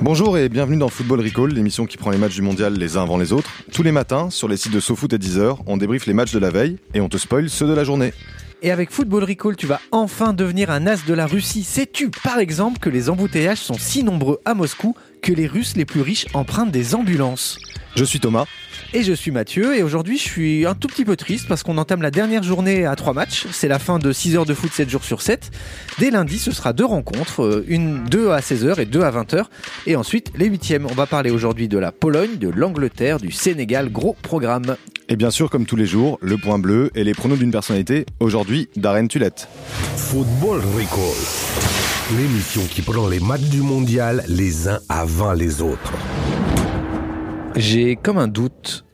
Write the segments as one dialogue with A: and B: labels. A: Bonjour et bienvenue dans Football Recall, l'émission qui prend les matchs du mondial les uns avant les autres. Tous les matins, sur les sites de SoFoot et Deezer, on débriefe les matchs de la veille et on te spoil ceux de la journée.
B: Et avec Football Recall, tu vas enfin devenir un as de la Russie. Sais-tu, par exemple, que les embouteillages sont si nombreux à Moscou que les Russes les plus riches empruntent des ambulances
A: Je suis Thomas.
B: Et je suis Mathieu, et aujourd'hui je suis un tout petit peu triste parce qu'on entame la dernière journée à trois matchs. C'est la fin de 6 heures de foot 7 jours sur 7. Dès lundi, ce sera deux rencontres, euh, une, deux à 16h et deux à 20h. Et ensuite, les huitièmes. On va parler aujourd'hui de la Pologne, de l'Angleterre, du Sénégal. Gros programme.
A: Et bien sûr, comme tous les jours, le point bleu et les pronos d'une personnalité. Aujourd'hui, Darren Tulette.
C: Football Recall. L'émission qui prend les matchs du mondial les uns avant les autres.
B: J'ai comme un doute.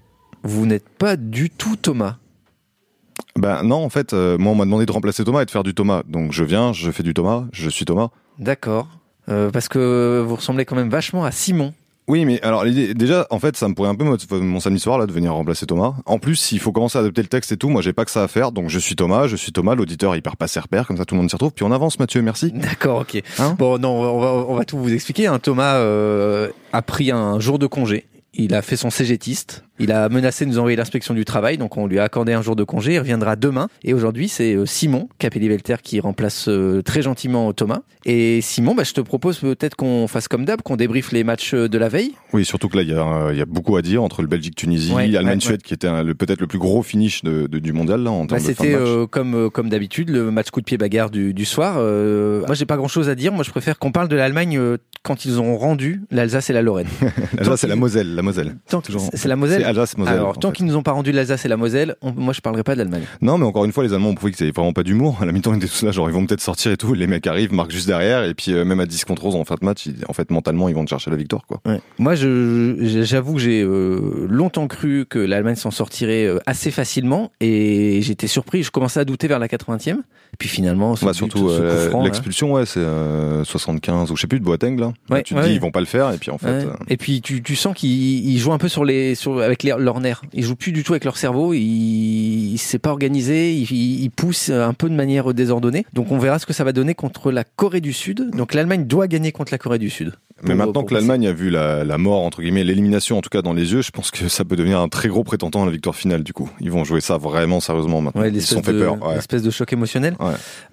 B: Vous n'êtes pas du tout Thomas.
A: Ben non, en fait, euh, moi on m'a demandé de remplacer Thomas et de faire du Thomas. Donc je viens, je fais du Thomas, je suis Thomas.
B: D'accord. Euh, parce que vous ressemblez quand même vachement à Simon.
A: Oui, mais alors l'idée, déjà, en fait, ça me pourrait un peu motiver mon samedi soir là de venir remplacer Thomas. En plus, s'il faut commencer à adopter le texte et tout, moi j'ai pas que ça à faire, donc je suis Thomas, je suis Thomas, l'auditeur il perd pas ses repères, comme ça tout le monde s'y retrouve, puis on avance Mathieu, merci.
B: D'accord, ok.
A: Hein
B: bon, non, on va, on va tout vous expliquer. hein. Thomas euh, a pris un jour de congé. Il a fait son cégétiste. Il a menacé de nous envoyer l'inspection du travail, donc on lui a accordé un jour de congé. Il reviendra demain. Et aujourd'hui, c'est euh, Simon Capelli-Belter qui remplace euh, très gentiment Thomas. Et Simon, bah, je te propose peut-être qu'on fasse comme d'hab, qu'on débriefe les matchs euh, de la veille.
A: Oui, surtout que là il y, a, euh, il y a beaucoup à dire entre le Belgique-Tunisie,
B: Ouais,
A: Allemagne-Suède
B: ouais,
A: qui était un- le- peut-être le plus gros finish de- de- du mondial là en termes
B: Bah,
A: de fin de
B: C'était
A: match.
B: euh, comme euh, comme d'habitude le match coup de pied bagarre du, du soir. Euh, moi, j'ai pas grand-chose à dire. Moi, je préfère qu'on parle de l'Allemagne euh, quand ils ont rendu l'Alsace et la Lorraine.
A: Là, c'est
B: qu'il-
A: la Moselle, la Moselle.
B: Tant que-
A: Toujours-
B: c'est la Moselle.
A: C'est Alsace, Moselle.
B: Alors,
A: en
B: tant
A: fait.
B: qu'ils nous ont pas rendu l'Alsace et la Moselle, on- moi je parlerai pas de l'Allemagne.
A: Non, mais encore une fois, les Allemands ont prouvé qu'ils avaient vraiment pas d'humour. À la mi-temps, ils étaient tous là, genre, ils vont peut-être sortir et tout. Les mecs arrivent, marquent juste derrière. Et puis, euh, même à 10 contre 11 en fin de match, ils- en fait, mentalement, ils vont chercher la victoire, quoi.
B: Moi, je- je- j'avoue que j'ai euh, longtemps cru que l'Allemagne s'en sortirait euh, assez facilement et j'étais surpris. Je commençais à douter vers la 80e. Puis finalement, ce
A: Bah,
B: but, hein.
A: surtout,
B: ce coup
A: euh,
B: franc, là.
A: l'expulsion, ouais, c'est euh, 75 ou je sais plus de Boateng, là.
B: Ouais,
A: tu te
B: ouais,
A: dis,
B: ouais.
A: ils vont pas le faire. Et puis, en fait,
B: Ouais.
A: euh,
B: Et puis tu, tu sens qu'ils ils jouent un peu sur les, sur, avec les, leurs nerfs. Ils jouent plus du tout avec leur cerveau. Ils ne s'est pas organisé. Ils, ils- ils poussent un peu de manière désordonnée. Donc on verra ce que ça va donner contre la Corée du Sud. Donc l'Allemagne doit gagner contre la Corée du Sud.
A: mais
B: Pour-
A: maintenant
B: pour
A: que l'Allemagne a vu la, la mort, entre guillemets, l'élimination, en tout cas, dans les yeux, je pense que ça peut devenir un très gros prétendant à la victoire finale, du coup. Ils vont jouer ça vraiment sérieusement maintenant.
B: Ouais,
A: ils se sont
B: l'espèce
A: fait
B: de,
A: peur. ouais.
B: l'espèce de choc émotionnel.
A: Ouais.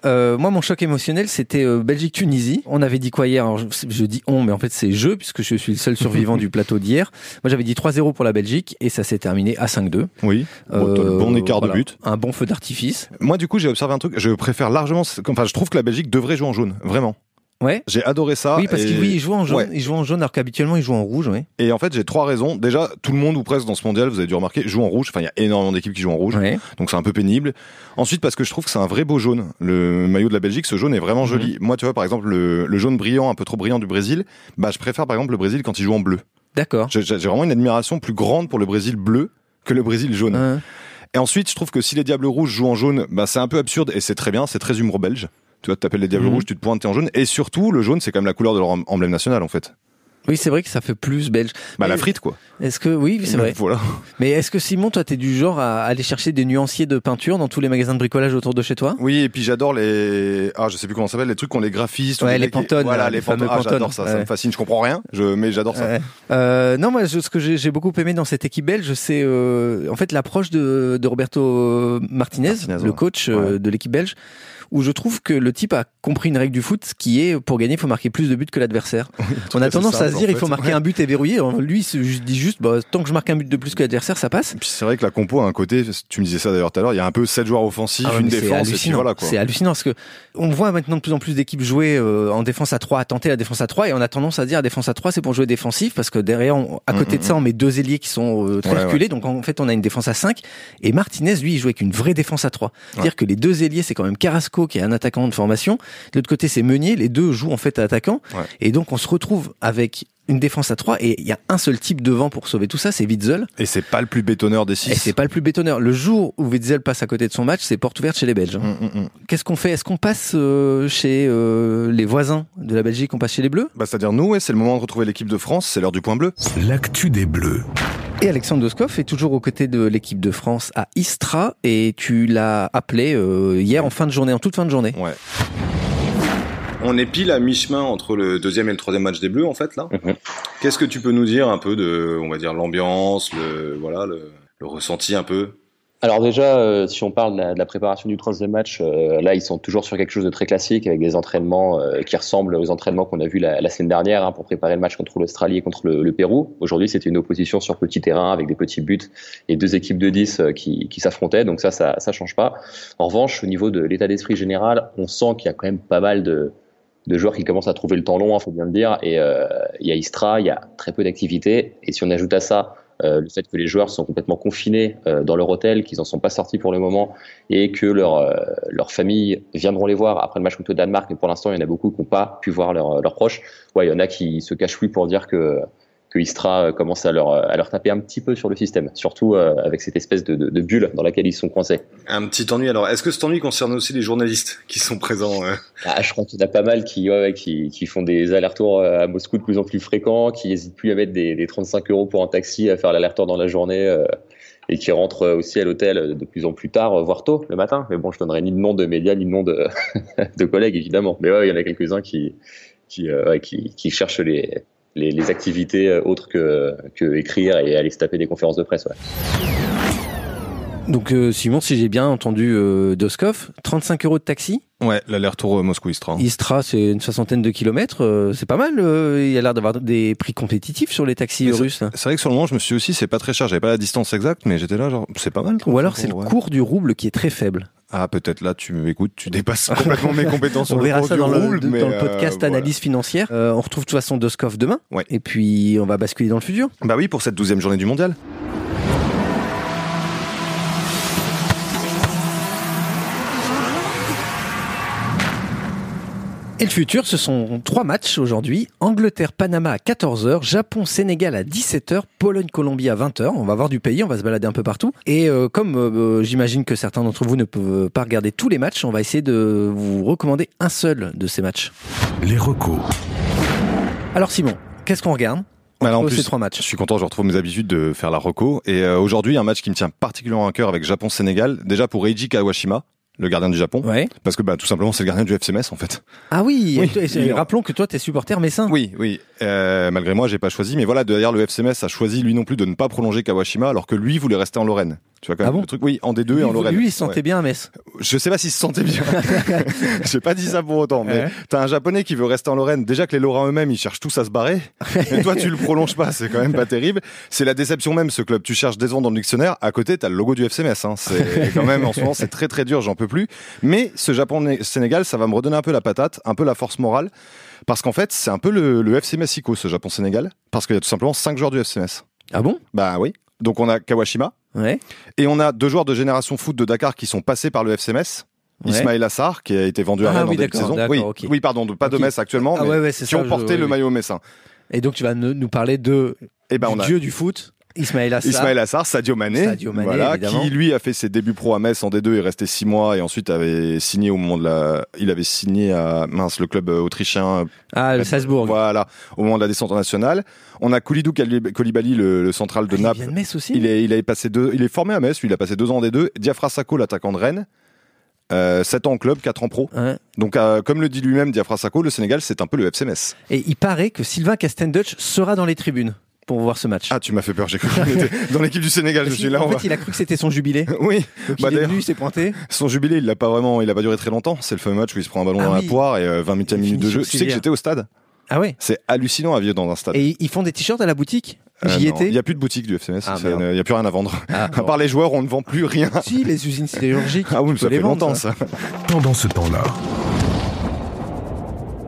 B: Euh, moi, mon choc émotionnel, c'était euh, Belgique-Tunisie. On avait dit quoi hier Alors, je, je dis on, mais en fait c'est je, puisque je suis le seul survivant du plateau d'hier. Moi, j'avais dit 3-0 pour la Belgique, et ça s'est terminé à 5-2.
A: Oui. Bon, t'as le bon
B: Euh,
A: écart de
B: voilà.
A: but.
B: Un bon feu d'artifice.
A: Moi, du coup, j'ai observé un truc. Je préfère largement. Enfin, je trouve que la Belgique devrait jouer en jaune. Vraiment.
B: Ouais.
A: J'ai adoré ça.
B: oui, parce
A: Ah, et-
B: qu'il oui, il joue en jaune,
A: ouais.
B: il joue en jaune alors qu'habituellement il joue en rouge, oui.
A: Et en fait, j'ai trois raisons. Déjà, tout le monde ou presque dans ce mondial, vous avez dû remarquer, joue en rouge. Enfin, il y a énormément d'équipes qui jouent en rouge.
B: Ouais.
A: Donc, c'est un peu pénible. Ensuite, parce que je trouve que c'est un vrai beau jaune. Le maillot de la Belgique, ce jaune est vraiment
B: Mhm.
A: joli. Moi, tu vois, par exemple, le, le jaune brillant, un peu trop brillant du Brésil, bah, je préfère, par exemple, le Brésil quand il joue en bleu.
B: D'accord.
A: J'ai j'ai- j'ai vraiment une admiration plus grande pour le Brésil bleu que le Brésil jaune.
B: Hein.
A: Et ensuite, je trouve que si les Diables Rouges jouent en jaune, bah, c'est un peu absurde et c'est très bien, c'est très humour belge. Tu vois, t'appelles les Diables
B: Mhm.
A: Rouges, tu te pointes, t'es en jaune. Et surtout, le jaune, c'est quand même la couleur de leur em- emblème national, en fait.
B: Oui, c'est vrai que ça fait plus belge.
A: Bah, la
B: Mais-
A: frite, quoi.
B: Est-ce que oui, c'est vrai.
A: Voilà.
B: Mais est-ce que Simon, toi, t'es du genre à aller chercher des nuanciers de peinture dans tous les magasins de bricolage autour de chez toi
A: Oui, et puis j'adore les, ah, je sais plus comment ça s'appelle, les trucs qu'on les graphiste. ou
B: Ouais,
A: les
B: les
A: mecs qui-
B: pantones,
A: Voilà,
B: là,
A: les
B: les fameux
A: pantones. Ah, j'adore
B: pantones,
A: ça, ça me
B: ouais.
A: fascine. Je comprends rien, je, mais j'adore ça.
B: Ouais. Euh, non, moi, je- ce que j'ai j'ai beaucoup aimé dans cette équipe belge, c'est euh, en fait l'approche de, de Roberto Martinez,
A: Martinez, ouais.
B: le coach euh,
A: Ouais.
B: de l'équipe belge, où je trouve que le type a compris une règle du foot, qui est pour gagner, il faut marquer plus de buts que l'adversaire. On a
A: assez
B: tendance à
A: simple,
B: se dire,
A: en
B: il faut
A: fait.
B: marquer
A: Ouais.
B: un but et verrouiller. Lui, il se dit juste, bah, tant que je marque un but de plus que l'adversaire, ça passe.
A: Et Puis c'est vrai que la compo a un côté, tu me disais ça d'ailleurs tout à l'heure, il y a un peu sept joueurs offensifs,
B: Ah ouais,
A: une
B: mais c'est
A: défense, et puis
B: hallucinant.
A: voilà, quoi.
B: C'est hallucinant parce que on voit maintenant de plus en plus d'équipes jouer euh, en défense à 3, à tenter la défense à 3 et on a tendance à dire la défense à 3 c'est pour jouer défensif parce que derrière on- à
A: Mm,
B: côté
A: mm,
B: de ça on met deux ailiers qui sont euh, très
A: Ouais,
B: reculés donc en fait on a une défense à 5 et Martinez lui il joue avec une vraie défense à 3. C'est-à-dire que les deux ailiers c'est quand même Carrasco qui est un attaquant de formation, de l'autre côté c'est Meunier, les deux jouent en fait à attaquant
A: Ouais.
B: et donc on se retrouve avec une défense à 3 et il y a un seul type devant pour sauver tout ça, c'est Witzel.
A: Et c'est pas le plus bétonneur des
B: Et c'est
A: 6.
B: pas le plus bétonneur. Le jour où Witzel passe à côté de son match, c'est porte ouverte chez les
A: Mm,
B: Belges. hein. Qu'est-ce qu'on fait Est-ce qu'on passe euh, chez euh, les voisins de la Belgique On passe chez les Bleus
A: Bah, c'est-à-dire, nous, ouais, c'est le moment de retrouver l'équipe de France, c'est l'heure du point bleu.
C: L'actu des Bleus.
B: Et Alexandre Doskov est toujours aux côtés de l'équipe de France à Istra et tu l'as appelé euh, hier en fin de journée, en toute fin de journée.
A: Ouais.
D: On est pile à mi-chemin entre le deuxième et le troisième match des Bleus, en fait, là.
E: Mhm.
D: Qu'est-ce que tu peux nous dire un peu de, on va dire, l'ambiance, le, voilà, le, le ressenti un peu
E: Alors déjà, euh, si on parle de la, de la préparation du troisième match, euh, là ils sont toujours sur quelque chose de très classique avec des entraînements euh, qui ressemblent aux entraînements qu'on a vus la, la semaine dernière hein, pour préparer le match contre l'Australie et contre le, le Pérou. Aujourd'hui c'était une opposition sur petit terrain avec des petits buts et deux équipes de 10 euh, qui, qui s'affrontaient, donc ça, ça ça change pas. En revanche, au niveau de l'état d'esprit général, on sent qu'il y a quand même pas mal de, de joueurs qui commencent à trouver le temps long, il faut bien le dire, et euh, il y a Istra, il y a très peu d'activité, et si on ajoute à ça... Euh, le fait que les joueurs sont complètement confinés euh, dans leur hôtel, qu'ils n'en sont pas sortis pour le moment, et que leurs euh, leurs familles viendront les voir après le match contre le Danemark. Mais pour l'instant, il y en a beaucoup qui n'ont pas pu voir leurs leurs proches. Ouais, il y en a qui se cachent plus pour dire que que Istra euh, commence à leur à leur taper un petit peu sur le système, surtout euh, avec cette espèce de, de, de bulle dans laquelle ils sont coincés.
D: Un petit ennui. Alors, est-ce que cet ennui concerne aussi les journalistes qui sont présents euh
E: Ah, je crois qu'il y en a pas mal qui, ouais, ouais, qui, qui font des allers-retours euh, à Moscou de plus en plus fréquents, qui n'hésitent plus à mettre des, des 35 euros pour un taxi, à faire l'aller-retour dans la journée, euh, et qui rentrent euh, aussi à l'hôtel de plus en plus tard, euh, voire tôt le matin. Mais bon, je donnerai ni de nom de médias, ni de nom de, de collègues, évidemment. Mais ouais, il y en a quelques-uns qui, qui, euh, ouais, qui, qui cherchent les, les, les activités euh, autres que, que écrire et aller se taper des conférences de presse. ouais.
B: Donc euh, Simon, si j'ai bien entendu euh, Doskov, 35 euros de taxi.
A: Ouais, l'aller-retour euh, Moscou-Istra.
B: Istra, c'est une soixantaine de kilomètres, euh, c'est pas mal. euh, il y a l'air d'avoir des prix compétitifs sur les taxis
A: Mais
B: russes. là.
A: C'est vrai que sur le moment, je me suis dit aussi, c'est pas très cher. J'avais pas la distance exacte, mais j'étais là, genre, c'est pas mal.
B: Ou alors c'est le
A: Ouais.
B: cours du rouble qui est très faible.
A: Ah, peut-être là, tu m'écoutes, tu dépasses complètement mes compétences. sur
B: On
A: le
B: verra
A: cours
B: ça
A: du
B: dans,
A: roule,
B: le,
A: mais,
B: dans le
A: euh,
B: podcast
A: voilà.
B: Analyse financière. Euh, on retrouve de toute façon Doskov demain.
A: Ouais.
B: Et puis on va basculer dans le futur.
A: Bah oui, pour cette douzième journée du mondial.
B: Et le futur, ce sont trois matchs aujourd'hui. Angleterre-Panama à 14h, Japon-Sénégal à 17h, Pologne-Colombie à 20h. On va voir du pays, on va se balader un peu partout. Et euh, comme euh, euh, j'imagine que certains d'entre vous ne peuvent pas regarder tous les matchs, on va essayer de vous recommander un seul de ces matchs.
C: Les recos.
B: Alors Simon, qu'est-ce qu'on regarde
A: Voilà, Bah, en
B: entre
A: plus,
B: ces trois
A: Je
B: matchs
A: suis content, je retrouve mes habitudes de faire la reco. Et euh, aujourd'hui, un match qui me tient particulièrement à cœur avec Japon-Sénégal. Déjà pour Eiji Kawashima, le gardien du Japon.
B: Ouais.
A: Parce que bah, tout simplement, c'est le gardien du FC Metz en fait.
B: Ah oui,
A: Oui.
B: et toi- et-
A: Il-
B: rappelons que toi, t'es supporter messin.
A: Oui, oui. Euh, malgré moi, j'ai pas choisi. Mais voilà, d'ailleurs, le FC Metz a choisi lui non plus de ne pas prolonger Kawashima alors que lui voulait rester en Lorraine. Tu vois quand
B: Ah
A: même
B: bon
A: le truc Oui, en D2
B: lui,
A: et en Lorraine.
B: lui, il se sentait
A: Ouais.
B: bien à Metz.
A: Je sais pas s'il se sentait bien. j'ai pas dit ça pour autant. Mais
B: Ouais.
A: t'as un Japonais qui veut rester en Lorraine. Déjà que les Lorrains eux-mêmes, ils cherchent tous à se barrer. Et toi, tu le prolonges pas. C'est quand même pas terrible. C'est la déception même, ce club. Tu cherches des ans dans le dictionnaire. À côté, t'as le logo du FC Metz. Hein. C'est quand même, en ce moment, c'est très très dur. J'en peux plus. Mais ce Japon-Sénégal, ça va me redonner un peu la patate, un peu la force morale. Parce qu'en fait, c'est un peu le, le FC Mexico, ce Japon-Sénégal. Parce qu'il y a tout simplement cinq joueurs du FC Metz.
B: Ah bon
A: Bah oui. Donc on a Kawashima.
B: Ouais.
A: Et on a deux joueurs de génération foot de Dakar qui sont passés par le FC Metz.
B: Ouais.
A: Ismail Assar, qui a été vendu à
B: Ah
A: Rennes
B: oui,
A: en début de
B: d'accord,
A: saison.
B: d'accord,
A: Oui,
B: ok.
A: oui, pardon, de- pas de
B: Ok.
A: Metz actuellement,
B: Ah
A: mais
B: ouais, ouais, c'est
A: qui
B: ça,
A: ont
B: je-
A: porté
B: oui,
A: le
B: oui.
A: maillot messin.
B: Et donc tu vas ne- nous parler de
A: Et ben
B: du
A: on a
B: dieu du foot, Ismaël Assar.
A: Ismail Assar, Sadio Mané,
B: Sadio Mané,
A: voilà,
B: évidemment.
A: qui lui a fait ses débuts pro à Metz en D2 est resté six mois et ensuite avait signé au moment de la, il avait signé à mince le club euh, autrichien. euh,
B: Ah, le Salzbourg.
A: Voilà, au moment de la descente nationale. On a Koulidou Kalib- Koulibaly, le, le central de
B: Ah, Il
A: Naples.
B: vient de Metz aussi.
A: Il est, il est passé deux, il est formé à Metz, lui, il a passé deux ans en D2. Diafra Sako, l'attaquant de Rennes, euh, 7 ans en club, 4 ans pro.
B: Hein.
A: Donc, euh, comme le dit lui-même Diafra Sako, le Sénégal, c'est un peu le FC Metz.
B: Et il paraît que Sylvain Castendutch sera dans les tribunes pour voir ce match.
A: Ah, tu m'as fait peur, j'ai cru qu'on était dans l'équipe du Sénégal, je
B: Parce
A: suis
B: qu'il-
A: là.
B: en
A: on
B: fait,
A: va-
B: il a cru que c'était son jubilé.
A: Oui,
B: Donc
A: Bah,
B: il est
A: d'ailleurs-
B: venu, il s'est pointé.
A: son jubilé, il l'a pas vraiment, il a pas duré très longtemps. C'est le fameux match où il se prend un ballon
B: Ah
A: dans
B: oui.
A: la poire et euh, 28
B: Il
A: minutes de
B: finit
A: jeu. Tu sais
B: sur
A: que
B: Sylvia.
A: j'étais au stade.
B: Ah ouais.
A: C'est hallucinant à vivre dans un stade.
B: Et ils font des t-shirts à la boutique.
A: Euh,
B: J'y
A: Ah. non, Il n'y
B: étais.
A: a plus de boutique du FC Metz,
B: Ah,
A: c'est- euh,
B: merde.
A: il n'y a plus rien à vendre.
B: Ah,
A: À part les joueurs, on ne vend plus rien.
B: si les usines sidérurgiques.
A: Ah oui,
B: tu
A: mais
B: peux
A: ça
B: les
A: fait
B: vendre,
A: longtemps
B: ça.
A: ça.
C: Pendant ce temps-là,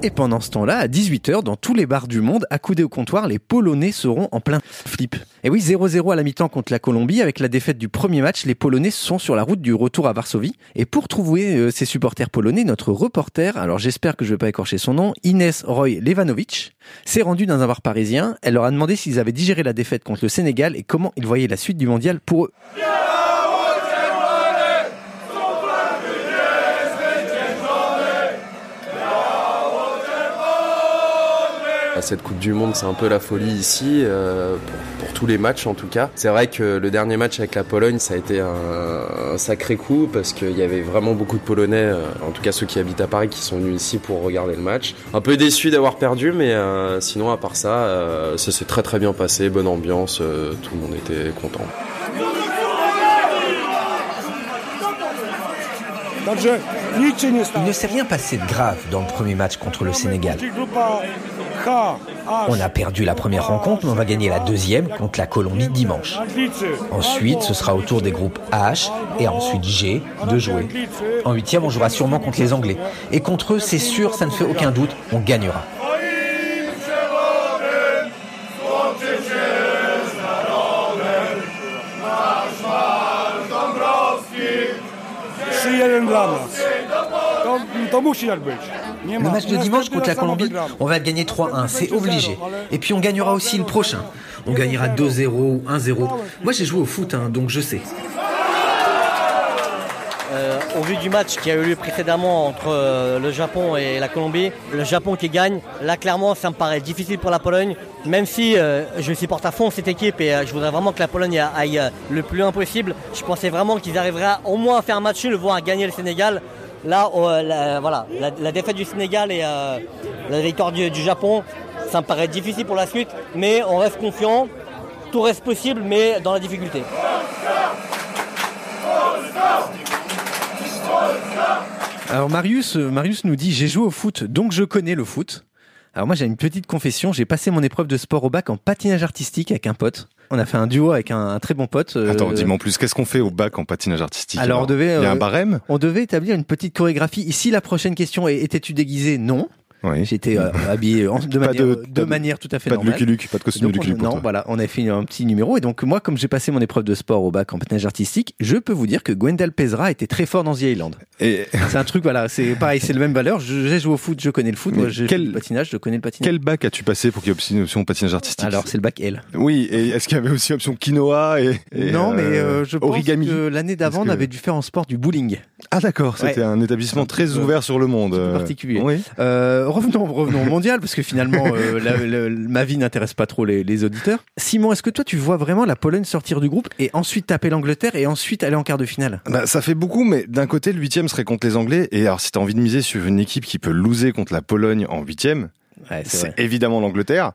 B: Et pendant ce temps-là, à 18h, dans tous les bars du monde, accoudés au comptoir, les Polonais seront en plein flip. Et oui, 0-0 à la mi-temps contre la Colombie. Avec la défaite du premier match, les Polonais sont sur la route du retour à Varsovie. Et pour trouver euh, ces supporters polonais, notre reporter, alors j'espère que je vais pas écorcher son nom, Inès Roy Levanovic, s'est rendue dans un bar parisien. Elle leur a demandé s'ils avaient digéré la défaite contre le Sénégal et comment ils voyaient la suite du mondial pour eux.
F: À Cette Coupe du Monde, c'est un peu la folie ici, euh, pour, pour tous les matchs en tout cas. C'est vrai que le dernier match avec la Pologne, ça a été un, un sacré coup parce qu'il y avait vraiment beaucoup de Polonais, euh, en tout cas ceux qui habitent à Paris, qui sont venus ici pour regarder le match. Un peu déçu d'avoir perdu, mais euh, sinon à part ça, euh, ça s'est très très bien passé, bonne ambiance, euh, tout le monde était content.
G: Il ne s'est rien passé de grave dans le premier match contre le Sénégal. On a perdu la première rencontre, mais on va gagner la deuxième contre la Colombie dimanche. Ensuite, ce sera au tour des groupes H et ensuite G de jouer. En huitième, on jouera sûrement contre les Anglais. Et contre eux, c'est sûr, ça ne fait aucun doute, on gagnera. Le match de dimanche contre la Colombie, on va gagner 3-1, c'est obligé. Et puis on gagnera aussi le prochain. On gagnera 2-0 ou 1-0. Moi j'ai joué au foot, hein, donc je sais.
H: Euh, au vu du match qui a eu lieu précédemment entre euh, le Japon et la Colombie, le Japon qui gagne, là clairement ça me paraît difficile pour la Pologne, même si euh, je supporte à fond cette équipe et euh, je voudrais vraiment que la Pologne a- aille euh, le plus loin possible. Je pensais vraiment qu'ils arriveraient au moins à faire un match nul, voire à gagner le Sénégal. Là, oh, euh, la, voilà, la, la défaite du Sénégal et euh, la victoire du, du Japon, ça me paraît difficile pour la suite, mais on reste confiant. Tout reste possible, mais dans la difficulté.
B: Alors Marius, euh, Marius nous dit j'ai joué au foot, donc je connais le foot. Alors moi j'ai une petite confession, j'ai passé mon épreuve de sport au bac en patinage artistique avec un pote. On a fait un duo avec un, un très bon pote. euh,
A: Attends, dis-moi en plus, qu'est-ce qu'on fait au bac en patinage artistique
B: Alors, on devait,
A: Il y a
B: euh,
A: un barème
B: on devait établir une petite chorégraphie. Ici la prochaine question est étais-tu déguisé Non.
A: Oui.
B: J'étais euh, habillé en- de,
A: Pas
B: manière,
A: de-
B: de
A: pas de-
B: manière tout à fait
A: Pas de
B: normale.
A: Lucky Luke, pas de costume
B: Donc,
A: de Lucky
B: on-
A: Luke pour
B: non,
A: toi.
B: bah- voilà, on a fait un petit numéro. Et donc, moi, comme j'ai passé mon épreuve de sport au bac en patinage artistique, je peux vous dire que Gwendal Pesra était très fort dans The Island.
A: Et
B: C'est un truc, voilà, c'est pareil, c'est le même valeur. Je- J'ai joué au foot, je connais le foot.
A: Mais
B: Moi, j'ai
A: quel-
B: fait le patinage, je connais le patinage.
A: quel bac as-tu passé pour qu'il y ait option- option patinage artistique
B: Alors, c'est le bac L.
A: Oui, et est-ce qu'il y avait aussi option quinoa et, et,
B: non, mais
A: euh,
B: euh, je pense
A: origami
B: que l'année d'avant,
A: Parce
B: on
A: que-
B: avait dû faire en sport du bowling.
A: Ah d'accord, c'était
B: Ouais.
A: un établissement
B: Un petit
A: très
B: peu-
A: ouvert sur le monde.
B: petit peu
A: euh,
B: particulier.
A: Oui.
B: Euh, revenons, revenons au mondial, parce que finalement, euh, la- la- ma vie n'intéresse pas trop les, les auditeurs. Simon, est-ce que toi, tu vois vraiment la Pologne sortir du groupe et ensuite taper l'Angleterre et ensuite aller en quart de finale
A: Bah, ça fait beaucoup, mais d'un côté, le huitième serait contre les Anglais. Et alors, si t'as envie de miser sur une équipe qui peut loser contre la Pologne en huitième,
B: Ouais,
A: c'est évidemment l'Angleterre.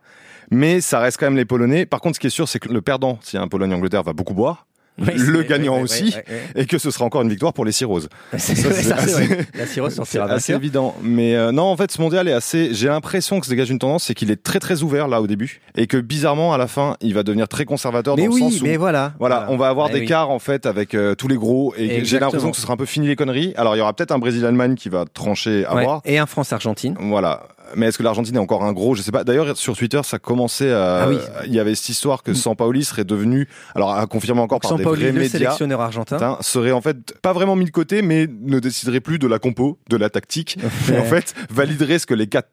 A: Mais ça reste quand même les Polonais. Par contre, ce qui est sûr, c'est que le perdant, s'il y a un Pologne-Angleterre, va beaucoup boire.
B: Ouais,
A: Le
B: c'est vrai,
A: gagnant
B: ouais, ouais,
A: aussi.
B: ouais, ouais.
A: Et que ce sera encore une victoire pour les Cirrhoses.
B: C'est
A: Ça,
B: vrai,
A: c'est
B: ça, c'est
A: assez-
B: vrai. La Ciro
A: C'est
B: sortira
A: assez
B: vainqueur.
A: évident. Mais euh, non, en fait, ce mondial est assez. J'ai l'impression que se dégage une tendance, c'est qu'il est très très ouvert là au début. Et que bizarrement, à la fin, il va devenir très conservateur
B: Mais
A: dans le
B: oui,
A: sens où.
B: mais voilà.
A: Voilà, on va avoir
B: Eh
A: des
B: oui.
A: quarts en fait avec euh, tous les gros et j'ai
B: Exactement.
A: l'impression que ce sera un peu fini les conneries. Alors il y aura peut-être un Brésil-Allemagne qui va trancher à
B: Ouais.
A: voir.
B: Et un France-Argentine.
A: Voilà. Mais est-ce que l'Argentine est encore un gros Je sais pas. D'ailleurs, sur Twitter, ça commençait à.
B: Ah oui.
A: Il y avait cette histoire que Sampaoli serait devenu. Alors, à confirmer encore par
B: Sans
A: des
B: Pauli,
A: vrais
B: le
A: médias.
B: sélectionneur argentin.
A: Hein, serait en fait pas vraiment mis de côté, mais ne déciderait plus de la compo, de la tactique, et en fait validerait ce que les 4,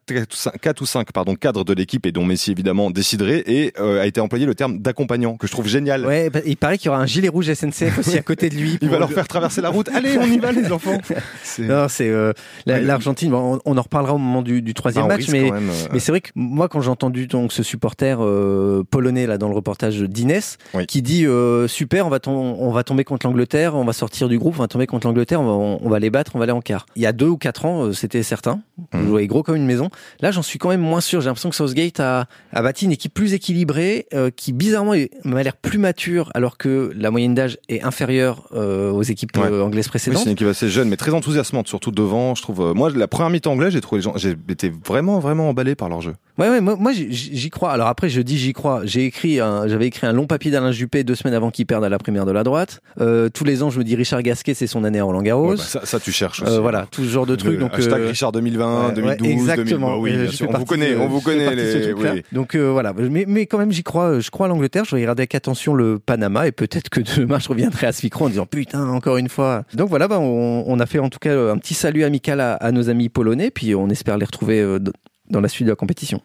A: ou 5 pardon, cadres de l'équipe, et dont Messi évidemment, décideraient, et euh, a été employé le terme d'accompagnant, que je trouve génial.
B: Ouais, bah, il paraît qu'il y aura un gilet rouge SNCF aussi à côté de lui.
A: Il va
B: pour-
A: leur faire traverser la route. Allez, on y va les enfants C'est-
B: Non, c'est euh, la-
A: Ouais.
B: l'Argentine. bon, on, on en reparlera au moment du, du
A: Bah,
B: troisième
A: on
B: match,
A: risque
B: mais
A: quand même, euh,
B: mais c'est vrai que moi, quand j'ai entendu donc ce supporter euh, polonais là dans le reportage d'Inès,
A: Oui.
B: qui dit euh, super, on va, tom- on va tomber contre l'Angleterre, on va sortir du groupe, on va tomber contre l'Angleterre, on va, on, on va les battre, on va aller en quart. Il y a deux ou quatre ans, euh, c'était certain. On
A: Mhm.
B: jouait gros comme une maison. Là, j'en suis quand même moins sûr. J'ai l'impression que Southgate a, a bâti une équipe plus équilibrée, euh, qui bizarrement est- m'a l'air plus mature, alors que la moyenne d'âge est inférieure euh, aux équipes
A: Ouais.
B: euh, anglaises
A: Oui,
B: précédentes.
A: c'est une équipe assez jeune, mais très enthousiasmante, surtout devant. Je trouve, euh, moi, la première mi-temps anglaise, j'ai trouvé les gens, j'ai été vraiment, vraiment emballés par leur jeu.
B: Ouais, ouais, moi, moi, j'y- j'y crois. Alors après, je dis j'y crois. J'ai écrit, un- j'avais écrit un long papier d'Alain Juppé deux semaines avant qu'il perde à la primaire de la droite. Euh, tous les ans, je me dis Richard Gasquet, c'est son année à Roland Garros.
A: Ouais, bah, ça, ça, tu cherches aussi.
B: Euh, voilà, tout ce genre de trucs.
A: Le
B: donc
A: hashtag
B: euh,
A: Richard 2020,
B: ouais,
A: 2012,
B: ouais, exactement.
A: 2000, oui,
B: Euh,
A: bien
B: je
A: sûr,
B: fais
A: on vous
B: partie
A: connaît,
B: de-
A: on vous
B: je fais
A: connaît
B: partie de ce
A: les-
B: truc-là.
A: oui.
B: Donc euh, voilà, mais, mais quand même, j'y crois. euh, Je crois à l'Angleterre. Je regarderai avec attention le Panama et peut-être que demain je reviendrai à ce micro en disant putain encore une fois. Donc voilà, bah, on, on a fait en tout cas euh, un petit salut amical à, à nos amis polonais, puis on espère les retrouver euh, d- dans la suite de la compétition.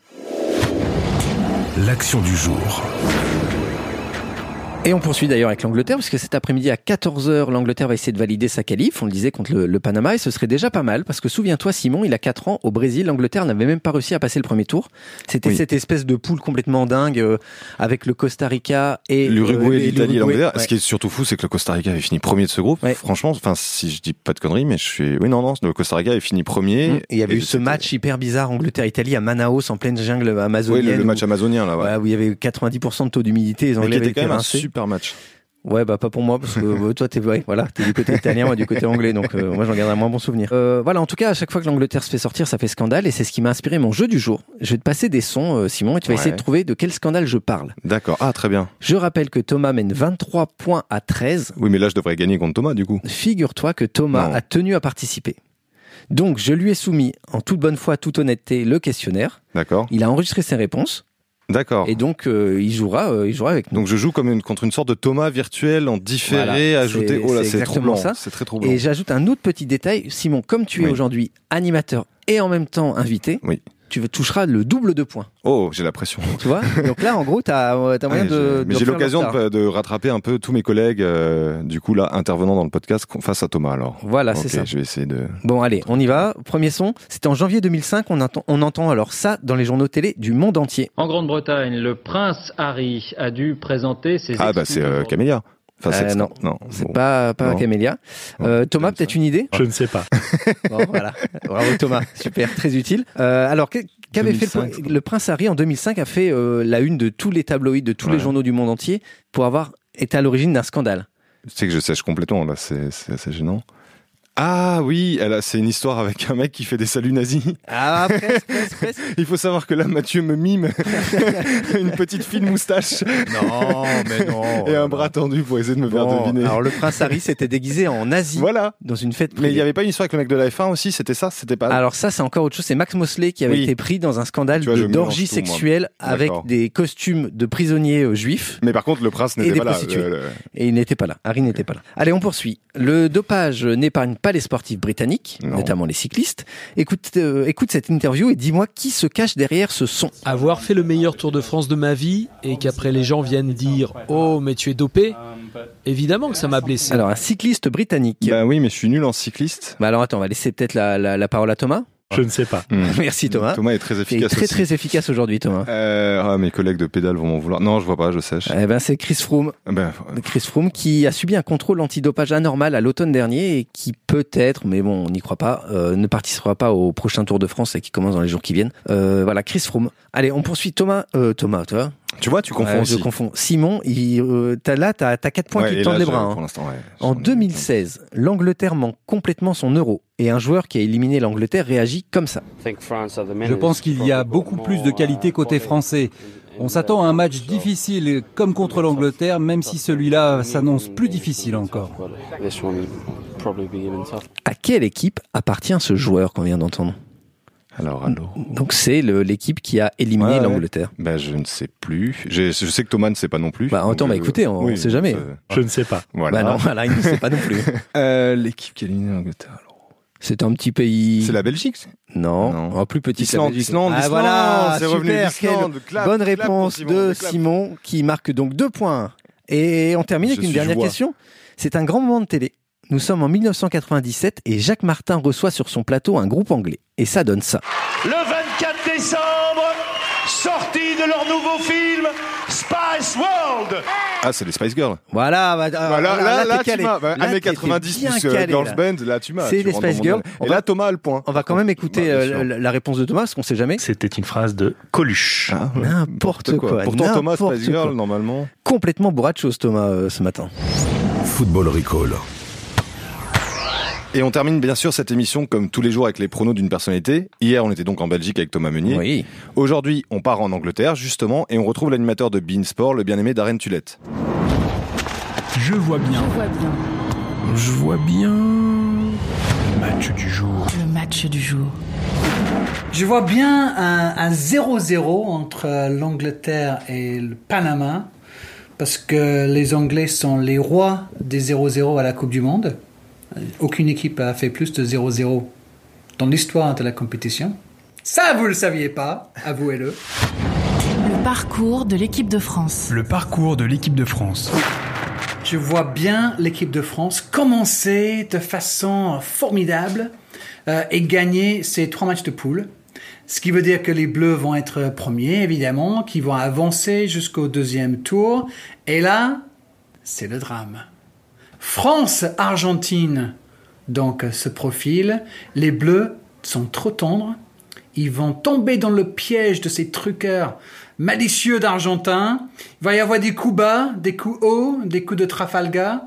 C: L'action du jour.
B: Et on poursuit d'ailleurs avec l'Angleterre, puisque cet après-midi à 14h, l'Angleterre va essayer de valider sa qualif, on le disait, contre le, le Panama, et ce serait déjà pas mal, parce que souviens-toi, Simon, il a 4 ans, au Brésil, l'Angleterre n'avait même pas réussi à passer le premier tour. C'était
A: Oui.
B: cette espèce de poule complètement dingue, euh, avec le Costa Rica et
A: L'Uruguay,
B: euh,
A: l'Italie et l'Angleterre.
B: ouais.
A: Ce qui est surtout fou, c'est que le Costa Rica avait fini premier de ce groupe.
B: Ouais.
A: Franchement, enfin, si je dis pas de conneries, mais je suis. Oui, non, non, le Costa Rica avait fini premier.
B: Mm. Mmh. Et il y avait eu ce
A: c'était-
B: match hyper bizarre Angleterre-Italie à Manaus, en pleine jungle
A: Oui,
B: amazonienne.
A: le, le match
B: où,
A: amazonien là. ouais.
B: ouais, où il y avait 90% de taux d'humidité, les
A: Mais
B: Anglais
A: qui
B: avaient
A: était quand
B: été
A: même un
B: rincés.
A: super match.
B: Ouais, bah pas pour moi, parce que euh, toi, t'es ouais, voilà, t'es du côté italien, moi du côté anglais, donc euh, moi j'en garde un moins bon souvenir. Euh, voilà, en tout cas, à chaque fois que l'Angleterre se fait sortir, ça fait scandale, et c'est ce qui m'a inspiré mon jeu du jour. Je vais te passer des sons, euh, Simon, et tu vas
A: Ouais.
B: essayer de trouver de quel scandale je parle.
A: D'accord. Ah, très bien.
B: Je rappelle que Thomas mène 23 points à 13.
A: Oui, mais là, je devrais gagner contre Thomas, du coup.
B: Figure-toi que Thomas
A: Non.
B: a tenu à participer. Donc, je lui ai soumis, en toute bonne foi, toute honnêteté, le questionnaire.
A: D'accord.
B: Il a enregistré ses réponses,
A: D'accord.
B: et donc euh, il jouera, euh, il jouera avec nous.
A: Donc, je joue comme une, contre une sorte de Thomas virtuel en différé,
B: Voilà,
A: ajouté.
B: c'est-
A: Oh là,
B: c'est
A: c'est
B: exactement
A: troublant.
B: ça.
A: C'est très troublant.
B: Et j'ajoute un autre petit détail, Simon, comme tu es
A: Oui.
B: aujourd'hui animateur et en même temps invité,
A: Oui.
B: tu toucheras le double de points.
A: Oh, j'ai la pression.
B: Tu vois Donc là, en gros, t'as euh, t'as moyen
A: Ouais,
B: de.
A: j'ai- mais j'ai
B: de refaire
A: l'occasion
B: le retard.
A: de, de rattraper un peu tous mes collègues, euh, du coup, là, intervenant dans le podcast, qu'on- face à Thomas, alors.
B: Voilà,
A: Ok,
B: Bah, c'est ça.
A: Je vais essayer de.
B: Bon, allez, on y va. Premier son, c'était en janvier 2005. On entend, on entend alors ça dans les journaux télé du monde entier.
I: En Grande-Bretagne, le prince Harry a dû présenter ses
A: Ah, bah,
I: excuses
A: c'est euh,
I: aujourd'hui.
A: Camélia. Enfin,
B: Euh,
A: c'est
B: non.
A: non,
B: C'est
A: bon.
B: pas, pas
A: Non.
B: Camélia. Euh,
A: Non,
B: Thomas,
A: comme
B: peut-être
A: ça.
B: une idée
J: Je ne sais pas.
B: Bon, voilà. Bravo Thomas. Super, très utile. Euh, alors, que- qu'avait fait le,
A: 2005, je
B: prin- le prince Harry en 2005 a fait euh, la une de tous les tabloïds, de tous les
A: Ouais.
B: journaux du monde entier pour avoir été à l'origine d'un scandale.
A: Tu sais que je sèche complètement, là, c'est c'est assez gênant. Ah oui, elle a- c'est une histoire avec un mec qui fait des saluts nazis.
B: Ah, presque, presque, presque.
A: Il faut savoir que là, Mathieu me mime une petite fine moustache
B: Non, mais non.
A: et un bras tendu pour essayer de me faire
B: Bon,
A: deviner.
B: Alors, le prince Harry s'était déguisé en nazi
A: Voilà.
B: dans une fête
A: Mais il
B: privée.
A: n'y avait pas une histoire avec le mec de la F1 aussi, c'était ça C'était pas.
B: Alors ça, c'est encore autre chose. C'est Max Mosley qui avait
A: Oui.
B: été pris dans un scandale
A: Tu vois,
B: de-
A: je mélange
B: d'orgie
A: tout, moi.
B: sexuelle avec
A: D'accord.
B: des costumes de prisonniers euh, juifs.
A: Mais par contre, le prince
B: Et
A: n'était
B: des
A: pas là. Euh,
B: prostituées.
A: le-
B: Et il n'était pas là. Harry n'était pas là. Allez, on poursuit. Le dopage n'épargne pas les sportifs britanniques,
A: Non.
B: notamment les cyclistes. Écoute, euh, écoute cette interview et dis-moi qui se cache derrière ce son.
J: Avoir fait le meilleur Tour de France de ma vie et qu'après les gens viennent dire Oh, mais tu es dopé, évidemment que ça m'a blessé.
B: Alors, un cycliste britannique.
A: le- Bah oui, mais je suis nul en cycliste.
B: Bah alors attends, on va laisser peut-être la, la- la parole à Thomas.
J: Je ne sais pas.
B: Merci Mmh. Thomas.
A: Mmh. Thomas est très
B: T'es
A: efficace.
B: très
A: aussi.
B: très efficace aujourd'hui Thomas.
A: Euh, ah, mes collègues de pédale vont m'en vouloir. Non, je vois pas, je sèche.
B: Eh ben c'est Chris Froome,
A: Ben,
B: Chris Froome qui a subi un contrôle antidopage anormal à l'automne dernier et qui peut-être, mais bon, on n'y croit pas, euh, ne participera pas au prochain Tour de France et qui commence dans les jours qui viennent. Euh, voilà, Chris Froome. Allez, on poursuit Thomas, euh, Thomas, tu vois.
A: tu vois, tu confonds
B: Ouais,
A: aussi.
B: Je confonds. Simon, il, euh, t'as- là, t'as as 4 points
A: Ouais,
B: qui te
A: et
B: tendent
A: là,
B: les
A: je-
B: bras. hein.
A: pour l'instant, ouais.
B: En
A: J'en ai-
B: 2016, l'Angleterre manque complètement son euro. Et un joueur qui a éliminé l'Angleterre réagit comme ça.
K: Je pense qu'il y a beaucoup plus de qualité côté français. On s'attend à un match difficile comme contre l'Angleterre, même si celui-là s'annonce plus difficile encore.
B: À quelle équipe appartient ce joueur qu'on vient d'entendre
A: Alors, allô
B: Donc c'est le- l'équipe qui a éliminé
A: Ouais, ouais.
B: l'Angleterre.
A: Ben, je ne sais plus. Je, je sais que Thomas ne sait pas non plus.
B: Bah, attends,
A: Donc,
B: bah,
A: euh,
B: écoutez, on- on sait jamais.
A: c'est-
J: Je ne sais pas.
A: Voilà.
B: Bah non, voilà, il ne sait pas non plus.
A: Euh, L'équipe qui a éliminé l'Angleterre. alors.
B: C'est un petit pays.
A: C'est la Belgique c'est-
B: Non,
A: Non.
B: un plus petit. que la
A: Islande,
B: Belgique.
A: Islande,
B: Ah
A: Islande,
B: voilà,
A: c'est revenu
B: super,
A: l'Islande.
B: quelle
A: Clap,
B: Bonne
A: clap pour
B: réponse
A: Simon,
B: de
A: clap.
B: Simon qui marque donc deux points. Et on termine
A: Je
B: avec une
A: suis
B: dernière
A: joie.
B: question. C'est un grand moment de télé. Nous sommes en 1997 et Jacques Martin reçoit sur son plateau un groupe anglais. Et ça donne ça.
L: Le 24 décembre, sortie de leur nouveau film Spice World.
A: Ah, c'est les Spice Girls.
B: Voilà, bah,
A: Bah, là, là,
B: voilà, t'es
A: là,
B: calé.
A: tu m'as. Bah,
B: Là,
A: années
B: t'es- t'es
A: 90
B: bien
A: plus euh,
B: calé,
A: Girls
B: là.
A: Band, là, tu m'as.
B: C'est
A: tu
B: les
A: rentres dans
B: Spice
A: mon
B: Girls.
A: monde.
B: On
A: Et
B: va-
A: là, Thomas a le point.
B: On va quand même écouter
A: Bah, bien
B: euh,
A: sûr.
B: la, la réponse de Thomas, parce qu'on sait jamais.
J: C'était une phrase de Coluche.
A: Ah, ouais.
B: N'importe quoi.
A: Pourtant, Thomas,
B: n'importe
A: Spice
B: quoi.
A: Girl, normalement.
B: Complètement bourré de choses, Thomas, euh, ce matin.
C: Football Recall.
A: Et on termine bien sûr cette émission comme tous les jours avec les pronos d'une personnalité. Hier, on était donc en Belgique avec Thomas Meunier.
B: Oui.
A: Aujourd'hui, on part en Angleterre justement et on retrouve l'animateur de Bean Sport, le bien-aimé Darren Tulette.
M: Je vois bien. Je vois bien. Match du jour.
N: Le match du jour.
O: Je vois bien un un 0-0 entre euh, l'Angleterre et le Panama, parce que les Anglais sont les rois des 0-0 à la Coupe du Monde. Euh, Aucune équipe a fait plus de 0-0 dans l'histoire de la compétition. Ça, vous le saviez pas, avouez-le.
N: Le parcours de l'équipe de France.
M: Le parcours de l'équipe de France.
O: Je vois bien l'équipe de France commencer de façon formidable euh, et gagner ces trois matchs de poule. Ce qui veut dire que les Bleus vont être premiers, évidemment, qui vont avancer jusqu'au deuxième tour. Et là, c'est le drame. France-Argentine, donc euh, se profile. Les Bleus sont trop tendres. Ils vont tomber dans le piège de ces truqueurs malicieux d'Argentins. Il va y avoir des coups bas, des coups hauts, des coups de Trafalgar,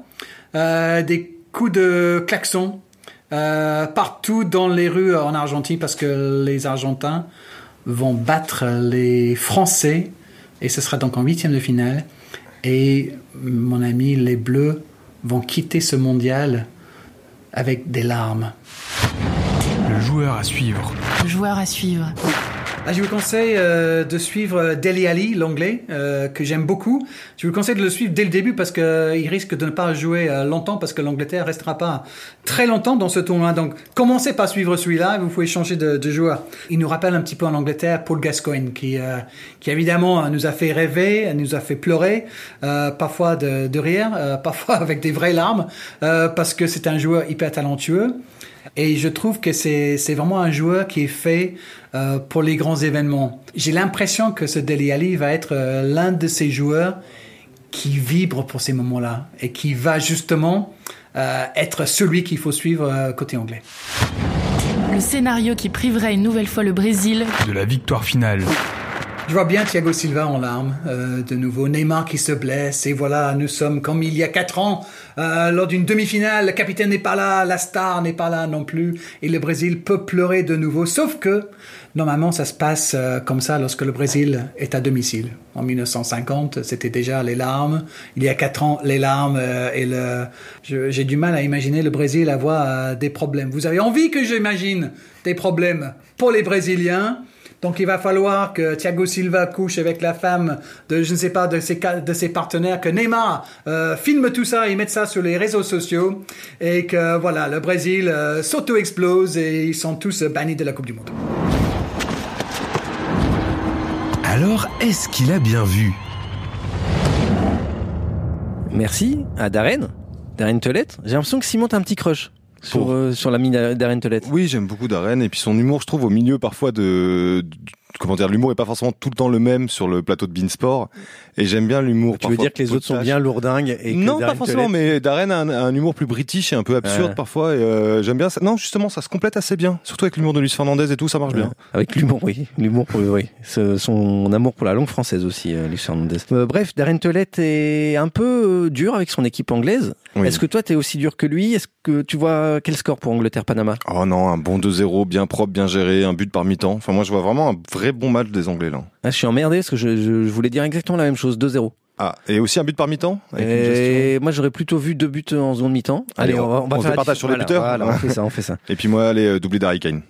O: euh, des coups de klaxon euh, partout dans les rues en Argentine parce que les Argentins vont battre les Français et ce sera donc en huitième de finale. Et mon ami, les Bleus vont quitter ce mondial avec des larmes.
M: Le joueur à suivre.
N: Le joueur à suivre.
O: Ah, je vous conseille euh, de suivre euh, Deli Ali, l'anglais, euh, que j'aime beaucoup. Je vous conseille de le suivre dès le début parce que euh, il risque de ne pas jouer euh, longtemps parce que l'Angleterre restera pas très longtemps dans ce tournoi. Donc commencez par suivre celui-là et vous pouvez changer de, de joueur. Il nous rappelle un petit peu en Angleterre Paul Gascoigne qui, euh, qui évidemment euh, nous a fait rêver, nous a fait pleurer, euh, parfois de, de rire, euh, parfois avec des vraies larmes euh, parce que c'est un joueur hyper talentueux. Et je trouve que c'est c'est vraiment un joueur qui est fait euh, pour les grands événements. J'ai l'impression que ce Deli Ali va être euh, l'un de ces joueurs qui vibre pour ces moments-là et qui va justement euh, être celui qu'il faut suivre euh, côté anglais.
N: Le scénario qui priverait une nouvelle fois le Brésil.
M: De la victoire finale.
O: Je vois bien Thiago Silva en larmes, euh, de nouveau Neymar qui se blesse, et voilà, nous sommes comme il y a quatre ans, euh, lors d'une demi-finale, le capitaine n'est pas là, la star n'est pas là non plus, et le Brésil peut pleurer de nouveau, sauf que normalement ça se passe euh, comme ça lorsque le Brésil est à domicile. En 1950, c'était déjà les larmes, il y a quatre ans, les larmes, euh, et le... je- j'ai du mal à imaginer le Brésil avoir euh, des problèmes. Vous avez envie que j'imagine des problèmes pour les Brésiliens donc il va falloir que Thiago Silva couche avec la femme de je ne sais pas de ses ca- de ses partenaires, que Neymar euh, filme tout ça et mette ça sur les réseaux sociaux et que voilà le Brésil euh, s'auto-explose et ils sont tous euh, bannis de la Coupe du Monde.
C: Alors, est-ce qu'il a bien vu
B: Merci à Darren, Darren Telette. J'ai l'impression que s'il monte un petit crush sur, euh, sur l'ami d'A- d'Arène Telette.
A: Oui, j'aime beaucoup Darren et puis son humour, je trouve, au milieu parfois de. de- Comment dire, l'humour est pas forcément tout le temps le même sur le plateau de Beansport et j'aime bien l'humour.
B: Tu veux
A: parfois
B: dire que les autres sont
A: potache.
B: bien lourdingues et que
A: Non, pas
B: Darren
A: forcément,
B: Telette-
A: mais Darren a un, a un humour plus british et un peu absurde
B: Ouais.
A: parfois. et, euh, j'aime bien ça. Non, justement, ça se complète assez bien, surtout avec l'humour de Luis Fernandez et tout, ça marche bien.
B: Euh, Avec l'humour, oui. L'humour, pour- oui. Ce- son amour pour la langue française aussi, euh, Luis Fernandez. Euh, bref, Darren Telette est un peu euh, dur avec son équipe anglaise.
A: Oui.
B: Est-ce que toi, t'es aussi dur que lui Est-ce que tu vois euh, quel score pour Angleterre-Panama
A: Oh non, un bon 2-0, bien propre, bien géré, un but par mi-temps. Enfin, moi, je vois vraiment un vrai bon match des Anglais là.
B: Ah, Je suis emmerdé parce que je, je- je voulais dire exactement la même chose, 2-0.
A: Ah, et aussi un but par mi-temps avec une
B: Et moi, j'aurais plutôt vu deux buts en seconde mi-temps. Allez, on, va, on va
A: on
B: faire
A: se
B: la
A: partage
B: diff-
A: sur les
B: voilà,
A: buteurs.
B: voilà, on fait ça, on fait ça.
A: Et puis moi, allez, euh, doublé d'Harry Kane.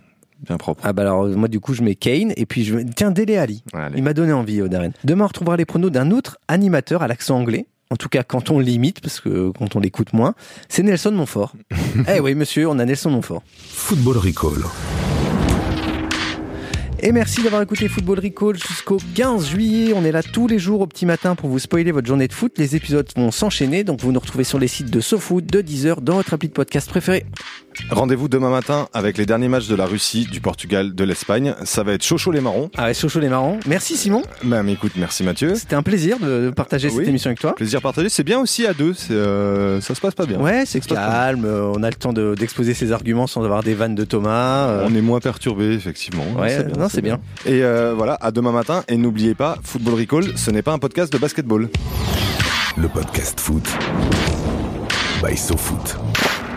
A: Bien propre.
B: Ah bah alors euh, moi du coup je mets Kane et puis je mets- tiens Dele Ali. Il m'a donné envie euh, Darren. Demain on retrouvera les pronos d'un autre animateur à l'accent anglais. En tout cas quand on l'imite parce que euh, quand on l'écoute moins, c'est Nelson Montfort. eh oui monsieur, on a Nelson Montfort.
C: Football Recall.
B: Et merci d'avoir écouté Football Recall jusqu'au 15 juillet. On est là tous les jours au petit matin pour vous spoiler votre journée de foot. Les épisodes vont s'enchaîner, donc vous nous retrouvez sur les sites de SoFoot, de Deezer, dans votre appli de podcast préféré.
A: Rendez-vous demain matin avec les derniers matchs de la Russie, du Portugal, de l'Espagne. Ça va être chaud chaud les marrons.
B: Ah ouais, chaud chaud les marrons. Merci Simon.
A: Même écoute, merci Mathieu.
B: C'était un plaisir de partager cette émission avec toi.
A: Plaisir partagé. C'est bien aussi à deux. C'est, euh, ça se passe pas bien.
B: Ouais, c'est calme, euh, on a le temps de- d'exposer ses arguments sans avoir des vannes de Thomas. euh.
A: On est moins perturbé, effectivement.
B: Ouais, non, c'est bien.
A: Et euh, voilà, à demain matin. Et n'oubliez pas, Football Recall, ce n'est pas un podcast de basketball.
C: Le podcast foot. By SoFoot.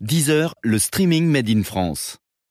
B: Deezer, le streaming made in France.